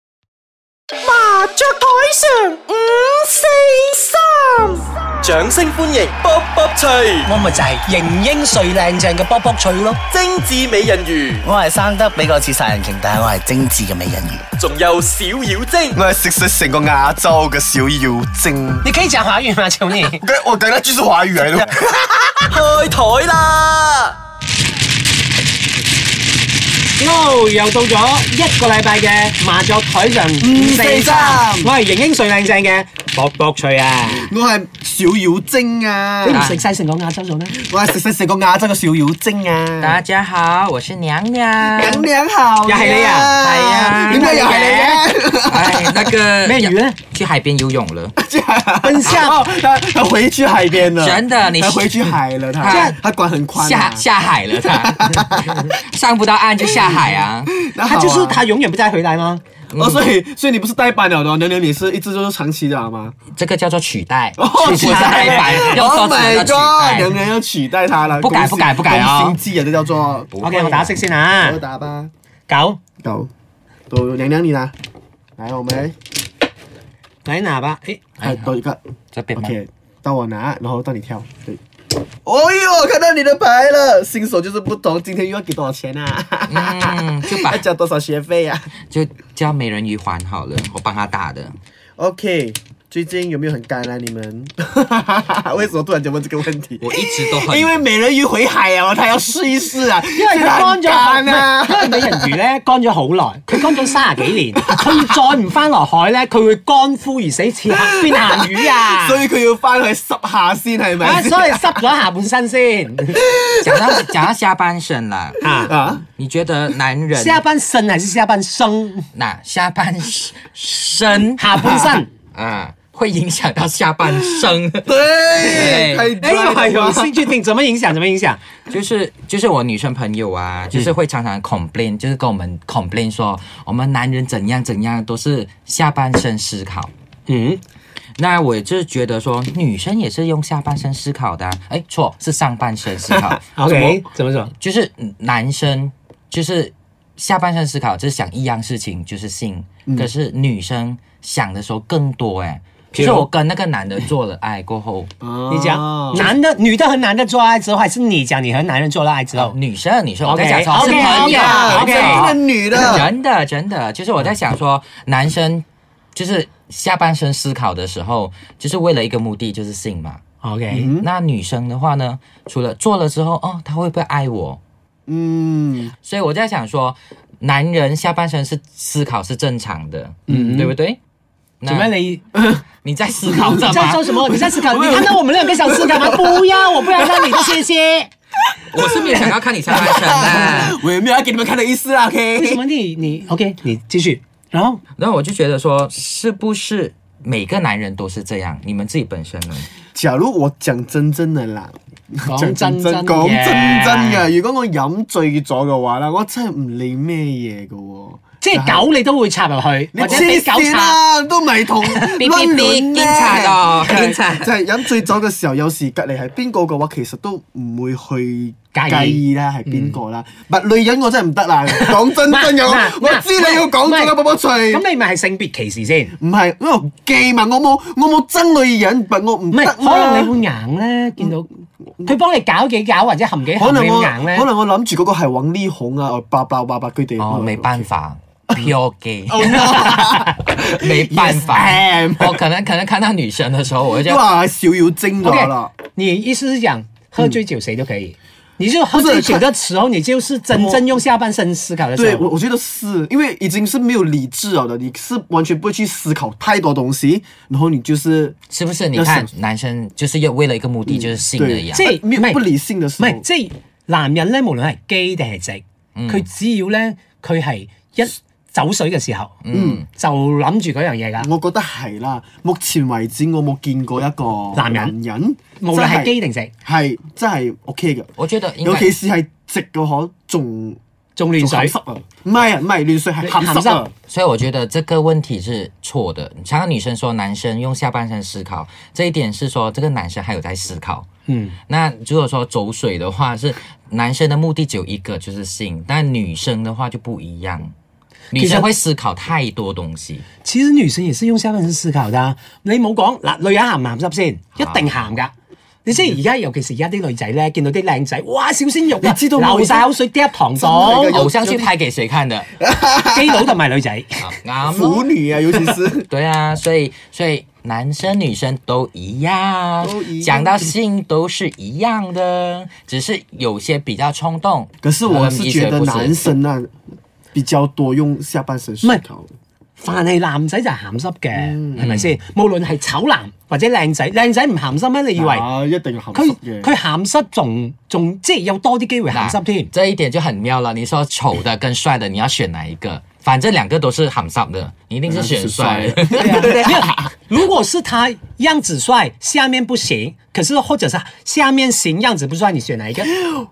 雀啊台上五四三，掌聲歡迎卜卜脆，我咪就係型英帥靚正嘅卜卜脆咯。精致美人魚，我係生得比較似殺人鯨，但係我係精緻嘅美人魚。仲有小妖精，我係食食成個亞洲嘅小妖精。你可以講華語嗎，求你？我等下就是華語嚟咯。開台啦！哦，又到咗一個禮拜嘅麻雀台上五四三，我係型英帥靚正嘅博博脆啊！ 我係小妖精啊嗯你唔食晒成個亞洲做咩？我係食食成個亞洲嘅小妖精啊！大家好，我是娘娘。娘娘好，又係你啊係啊點解又係你嘅？哎，那个 咩魚咧？去海邊游泳了，很像 哦，他他回去海邊了，真的啊你他回去海了，這他樣他管很寬下啊，下海了 他，上不到岸就下海啊。嗯那好他啊就是他永遠不再回來嗎？哦，所以所以你不是代班了的哦，娘娘你是一直就是长期的好吗？这个叫做取代，哦 取代版，用 Oh 错词 my 叫 god！取娘代。娘要取代他了，不改不改不改啊心计啊，这叫做不 OK，我打色先啊我！打吧，九，狗都娘娘你拿，来我们来來拿吧。誒，还多一个这边吗？ ，OK，到我拿，然后到你挑，对。哦呦，看到你的牌了，新手就是不同，今天又要给多少钱啊？嗯就 把要交多少学费啊呀、就叫美人鱼环好了，我帮他打的。 OK，最近有没有很干啊？你们？ 为什么突然间问这个问题？我一直都很 因为美人鱼回海啊，他要试一试啊，因因為佢乾咗好，干唔係啊。因為美人魚咧乾咗好耐，佢乾咗三十幾 年，佢再唔翻落海咧，佢會乾枯而死，似 黑邊鹹魚 啊！所以佢要翻去濕下先係啊，咪？所以濕咗下半身先。讲到讲到下半身啦， 啊，啊，你觉得男人下半身還是下半生？那下半身 下半身。啊会影响到下半身？對，對 太哎呦， dry 有了兴趣听，怎么影响？怎么影响？就是就是我女生朋友啊，就是会常常 complain，、就是跟我们 complain 说我们男人怎样怎样都是下半身思考。嗯，。那我就是觉得说女生也是用下半身思考的、啊，哎，错是上半身思考 OK，怎么说？就是男生就是下半身思考，就是想一样事情就是性，可是女生想的时候更多哎、譬如就是我跟那个男的做了爱过后，哦你讲男的、女的和男的做爱之后，还是你讲你和男人做了爱之后？女生女生我 OK，在讲说 OK，是朋友 OK，真真的的女的，真的真的，就是我在想说，男生就是下半身思考的时候，就是为了一个目的，就是性嘛。 OK，那女生的话呢，除了做了之后，哦，她会不会爱我？嗯，所以我在想说，男人下半身是思考是正常的，嗯，对不对？怎么那你你在思考什你在么说？什 么？你在思考？你看到我们两个小思考吗？不要，我不要让你谢谢。 我是没有想要看你下半身 啊的。我也没有要给你们看的意思啦为什，OK？么你你 OK？你继续。然后然后我就觉得说，是不是每个男人都是这样？你们自己本身呢？假如我講真真的啦。講真真嘅講真真嘅，如果我飲醉咗嘅話啦，我真係唔理咩嘢嘅喎。即系狗你都会插入去，你或者俾黐狗線插。啦，都唔係同亂亂警察就㗎警 係察就係飲醉酒嘅時候，有時隔離係邊個嘅話，其實都唔會去介意介意啦，係邊個啦。唔女人我真係唔得啦，講真真嘅，嗱嗱我我知你要講真唔係嘅，寶寶脆。咁你咪系性別歧視先？唔係，因為我記嘛，我冇我冇憎女人，但我唔唔得啊係，嘛可能你會硬咧，見到佢幫你搞幾搞或者含幾可含，能你我會硬咧可。能我諗住嗰個係揾呢孔啊，我叭叭叭叭佢哋。哦，没办法，pure gay，嗯 Oh no！ 没办法 Yes, I am。我可能可能看到女生的时候，我就觉得哇，小妖精咗啦嗯 OK，！你意思是講喝醉酒誰都可以，你就喝醉酒的時候，你就是真正用下半身思考的時对，我候。我觉得是因为已经是没有理智了的，你是完全不会去思考太多东西，然后你就是是不是？你要看想男生就是要为了一个目的，就是性嗯而已啊即。係没唔係呃有不理性的唔时候係，，即係男人咧，無論係基定係直，嗯佢只要咧佢係一走水嘅時候，嗯，就諗住嗰樣嘢㗎。我觉得系啦。目前为止我冇见过一个男人人，無論係基真定係直，系真系 OK 嘅，我觉得应尤该其是系直嘅可仲仲亂仲鹹水濕啊，唔系啊，唔系亂水系鹹鹹濕啊濕，所以我觉得这个问题是错的。常常女生说男生用下半身思考，这一点是说这个男生还有在思考。嗯，那如果说走水的话，是男生的目的只有一个，就是性；但女生的话就不一样。女生會思考太多東西。其實女性亦都用下半身思考㗎。啊你冇講嗱，女人鹹唔鹹濕先？一定鹹㗎。你知而家尤其是而家啲女仔咧，見到啲靚仔，哇小鮮肉啊，你知道冇流晒口水，嗒糖真係糖㗎，有偶像劇拍給誰看的？ 基佬同埋 女仔。啊啱腐咯，女啊，尤 其是對啊，所以所以男生女生都一樣，都一樣講到性都是一樣的，只是有些比較衝動。可是我嗯是一覺些得不男生啊比較多用下半身思考。凡係男仔就係鹹濕嘅，嗯係咪先？無論係醜男或者靚仔，靚仔唔鹹濕咩？你以為啊，一定鹹濕佢嘅。哦佢鹹濕仲仲即係有多啲機會鹹濕 添？ 這啊一點就很妙了。你說醜的跟帥的，你要選哪一個？反正兩個都是很上的，你一定是選帥的。对啊，对啊。如果是他样子帅，下面不行，可是或者是下面行，样子不帅，你选哪一个？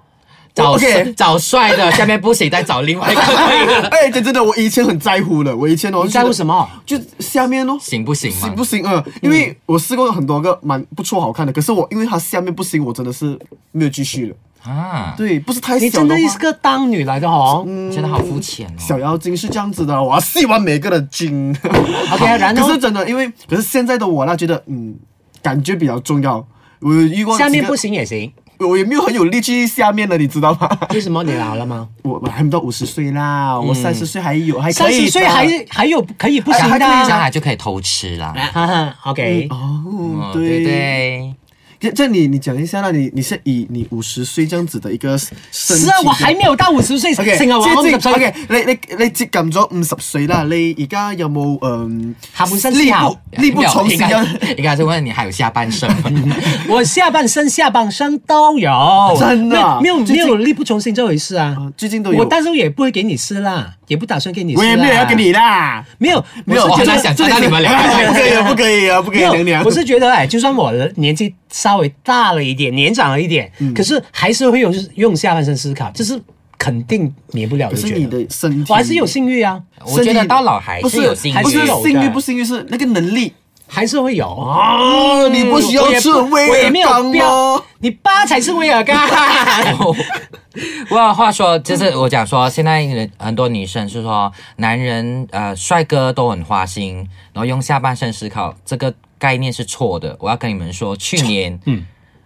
找 OK 找帅的，下面不行，再找另外一个可以 的，哎，真真的，我以前很在乎的，我以前哦，你在乎什么？就下面咯，行不行嘛行？不行啊？嗯因为我试过很多个蛮不错好看的，可是我因为它下面不行，我真的是没有继续了。啊，对，不是太你小真的的话嗯是个当女来的哦。觉得好肤浅哦。小妖精是这样子的，我要细玩每个的精。 OK，然后可是真的，因为可是现在的我啦，觉得嗯，感觉比较重要。我有遇过下面几个不，行也行。我也没有很有力气下面的，你知道吗？ 为什么你老了吗？我我还没到五十岁啦，我三十岁还有，还嗯哎可三以哎十的岁还还有可以不行小孩的小啊。孩就可以偷吃啦。哈哈，OK，哦嗯，，对。对对，这这你你讲一下啦，你你是以你五十岁这样子的一个身是啊，我还没有到五十岁，成 OK，日話我五十接近歲 OK，你你你接近咗五十歲啦，你而家有冇嗯誒下半身思考 呢部重应新该 有应该是问你还有下半身吗？我下半身、下半身都有，真的啊没有没最有没近有力不从心这回事啊啊，最近都有我但是也不会给你吃啦，也不打算给你吃啦，啊我也没有要给 你啦，没有没有，我是我觉本来得想看到你 不们两可个以啊，不可以啊，不可以没有娘娘，我是觉得哎，就算我年纪稍微大了一点，年长了一点，可是还是会用用下半身思考，这是肯定免不了可的。是觉得你的身体，我还是有性欲啊， 我觉得到老还不是有性还不欲是有性欲的不性欲是那个能力还是会有。啊，你不需要吃哦我威也尔没刚有吗标？，你爸才是威尔刚。 哇，话说，就是我讲说，现在人很多女生是说，男人呃帅哥都很花心，然后用下半身思考，这个概念是错的。我要跟你们说，去年嗯，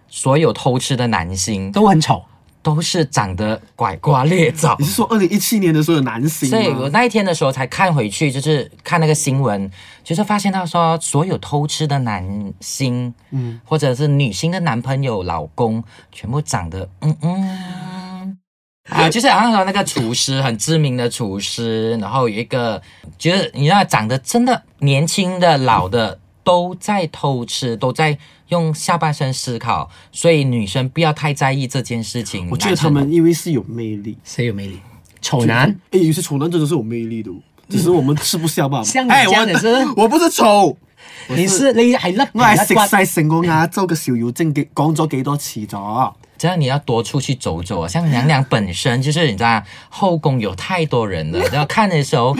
所有偷吃的男星 都都很丑，都是长得拐瓜裂枣你。是说二零一七年的时候有男星所以我吗？那一天的时候才看回去，就是看那个新闻，就是发现到说，所有偷吃的男星，嗯，或者是女星的男朋友、老公，全部长得，嗯嗯。 啊，就是好像说那个厨师很知名的厨师，然后有一个就是你知道长得真的年轻的、老的都在偷吃，都在用下半身思考，所以女生不要太在意这件事情。我觉得男生他们因为是有魅力，谁有魅力？丑男，哎，有些丑男真的是有魅力的哦，只是我们吃不下罢了。像你哎这样的是我我不是丑。你是你係甩我係皮甩食骨，晒成個亞洲嘅小妖精嘅，講咗幾多次咗？只要你要多出去走走，像娘娘本身就是你知道后宫有太多人 了，然后看的时候，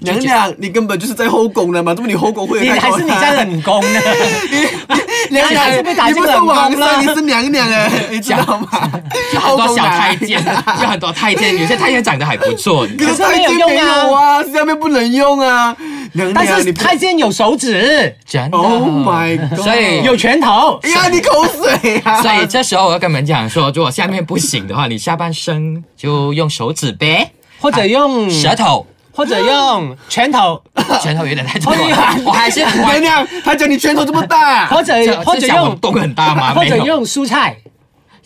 娘娘，你根本就是在後宮啦嘛，咁你後宮會你有還太多是你在冷宮呢？娘啊你還是娘，被打你進不冷是皇宮啦上，你是娘娘哎，你知道嗎？有很啊多小太监，有很多太监，有些太监長得還不錯。你知可道是太监沒有啊，下面不能用啊。娘但娘，是你太监有手指，真的 Oh my god 所以有拳頭，哎呀，你口水啊！所以这时候我要跟你们讲说，如果下面不行的话，你下半身就用手指呗，或者用舌头，或者用拳頭，拳头有点太多哎了呀，我还是我娘娘，他讲你拳頭這麼大， 或者或者用洞很大嘛， 或者没有用蔬菜。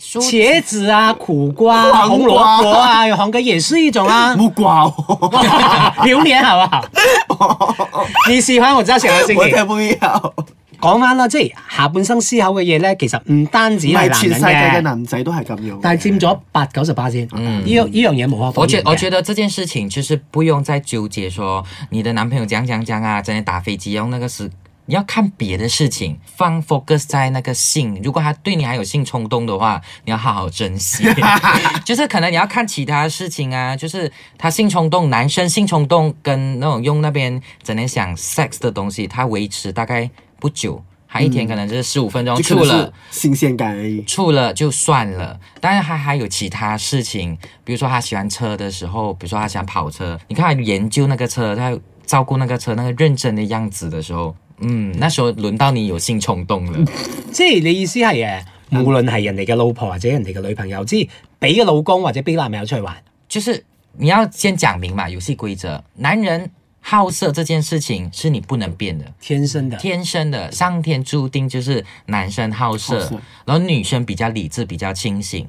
蔬茄子啊、苦瓜、啊、黃红萝瓜卜啊，有黄瓜也是一种啊。木瓜哦， 榴莲好不好？你喜歡我知道喜歡星我期。睇不了。講翻啦，即係下半生思考嘅嘢咧，其實唔單止唔係係全世界男嘅人嘅，男仔都係咁樣嘅。但係佔咗八九十八先。呢樣呢樣嘢無可否我認觉嘅。我觉得这件事情就是不用再纠结说你的男朋友讲讲讲啊，在那打飞机用那个是。你要看别的事情，放 focus 在那个性。如果他对你还有性冲动的话，你要好好 珍惜。就是可能你要看其他事情啊，就是他性冲动，男生性冲动跟那种用那边整天想 sex 的东西，他维持大概不久。他一天可能就是十五分钟，嗯就除可能了是新鲜感而已。处了就算了，但是他还有其他事情，比如说他喜欢车的时候，比如说他喜欢跑车，你看他研究那个车，他照顾那个车那个认真的样子的时候，嗯，那时候轮到你有性冲动了，即係你意思係誒，無論係人哋嘅老婆或者人哋嘅女朋友，即係俾個老公或者俾男朋友出去玩，就是你要先讲明嘛游戏规则，男人好色这件事情是你不能变的。天生的。天生的，上天注定就是男生好色，好色然后女生比较理智，比较清醒。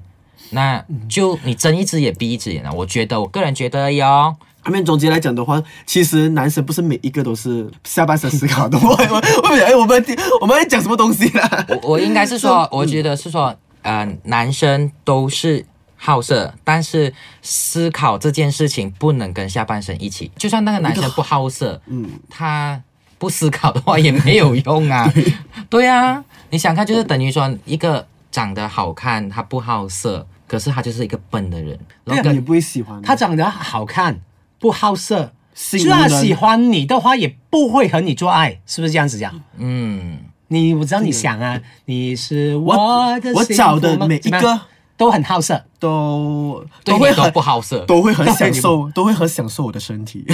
那就你睁一只眼闭一只眼啊！我觉得，我个人觉得哟，后啊面总结来讲的话，其实男生不是每一个都是下半身思考的。我我我们哎，我们我们在讲什么东西啦？我我应该是嗯说，我觉得是说，呃，男生都是好色，但是思考这件事情不能跟下半身一起。就算那个男生不好色，嗯，他不思考的话也没有用啊。 对啊，你想看，就是等于说一个长得好看，他不好色，可是他就是一个笨的人。然后啊你跟也不会喜欢的。他长得好看，不好色，性虽然无能喜欢你的话，也不会和你做爱，是不是这样子讲？嗯，你我知道你想啊，你是我的我幸找福的吗每一怎么个样都很好 色，都对都你会都很不好色。都会很享受，都会很享受我的身体。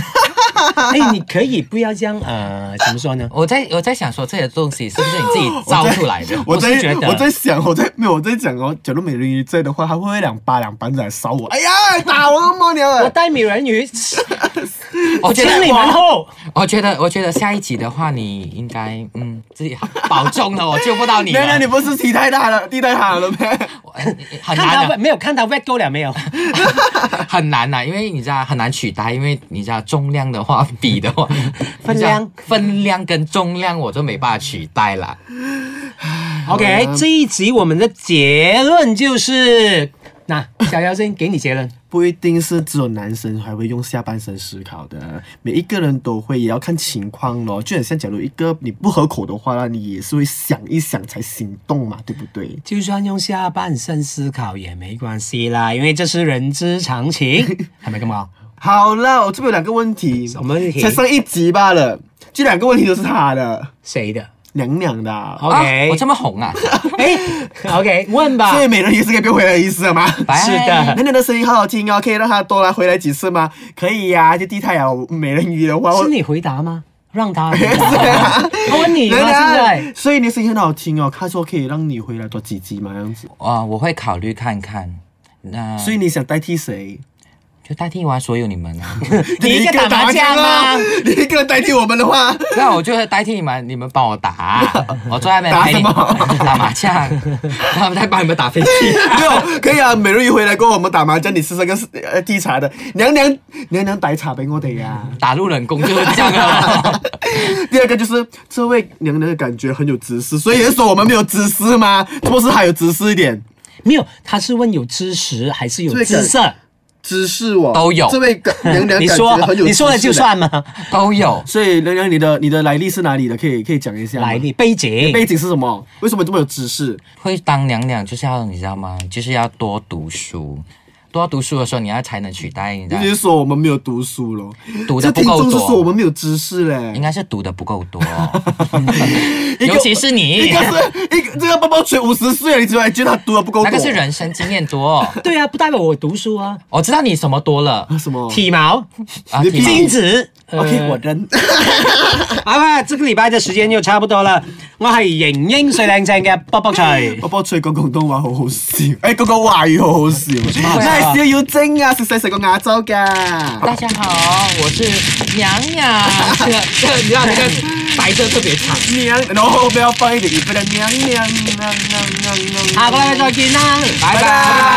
哎，你可以不要这样，呃，怎么说呢？我在我在想说，这些东西是不是你自己造出来的？我在我是觉得我在想，我在没有我在讲哦，假如美人鱼在的话，他会不会两巴两板子来扫我？哎呀，打我个猫娘！我带美人 鱼，我觉请得你们哦后，我觉得，我觉得下一集的话，你应该嗯自己保重了，我救不到你 啊原来你了，哎不是踢太大了，踢太大了咩？看很难到啊的，没有？看到 red 够了 没有？ 很难呐、因为你知道很难取代，因为你知道重量的话 比的话，分你量知道分量跟重量我就没办法取代啦。 OK，这嗯一集我们的结论就是，那小妖精给你结论，不一定是只有男生还会用下半身思考的，每一个人都会，也要看情况咯。就很像假如一个你不合口的话啦，你也是会想一想才行动嘛，对不对？就算用下半身思考也没关系啦，因为这是人之常情，系咪咁講？好了， 我这边有两个问题，什么问题才上一集罢了，这两个问题都是他的，谁 的娘娘的啊。 ？OK，、啊我这么红啊，哎、o k 问吧啊所。以美人鱼是可以变回来的意思 了吗？拜是的娘娘的声音好好听哦，可以让她多来回来几次吗？可以呀、就地太阳美人鱼的话，我啊是你回答吗？让 他回答。 他问你吗？娘啊现娘，在哎所以你的声音很好听哦。他说可以让你回来多几集嘛，这样子。哦啊，我会考虑看看。那所以你想代替谁？就代替完所有你们啊， 你一个打麻将啊？ 你一个人代替我们的话，那我就会代替你们，你们帮我打，啊我坐在那边打陪你什么 打麻将，他们在帮你们打飞机。没有可以啊。美人鱼回来跟我们打麻将，你吃这个呃地茶的，娘娘娘娘打茶俾我哋呀、 打入冷宫就是这样啊了。第二个就是这位娘娘的感觉很有知识，所以是说我们没有知识吗？是不是还有知识一点？没有，他是问有知识还是有这个姿色？知识我都有这位感娘娘你感说觉很有，你说了知识就的。算吗？ 都有。所以娘娘，你的你的来历是哪里的？可以可以讲一下吗来历背景，背景是什么？为什么这么有知识？会当娘娘就是要你知道吗？就是要多读书，多读书的时候你要才能取代，你知你道就是说我们没有读书咯，啊读这的不听够众是说我多。们没有知识应嘞。该是读的不够多， 一个尤其是一你个，是一个这个包包锤五十岁了，你怎么还觉得他读的不够多？那个是人生经验 多。对啊，不代表我读书啊。我知道你什么多了啊什么？体毛、啊，你体屁毛精子。呃 OK，我人 好啦，这个礼拜嘅時間又差不多啦。我係型英最靚正嘅卜卜徐，哦包包锤講廣東話好好笑，哎誒講講華語好好笑，咩 小妖精啊，食晒成個亞洲㗎。大家好，我是娘娘。这个这个，你知道这个白色特别长。娘，然后不要放一点，你不能娘娘娘娘娘娘。下個禮拜再見啦，拜拜拜。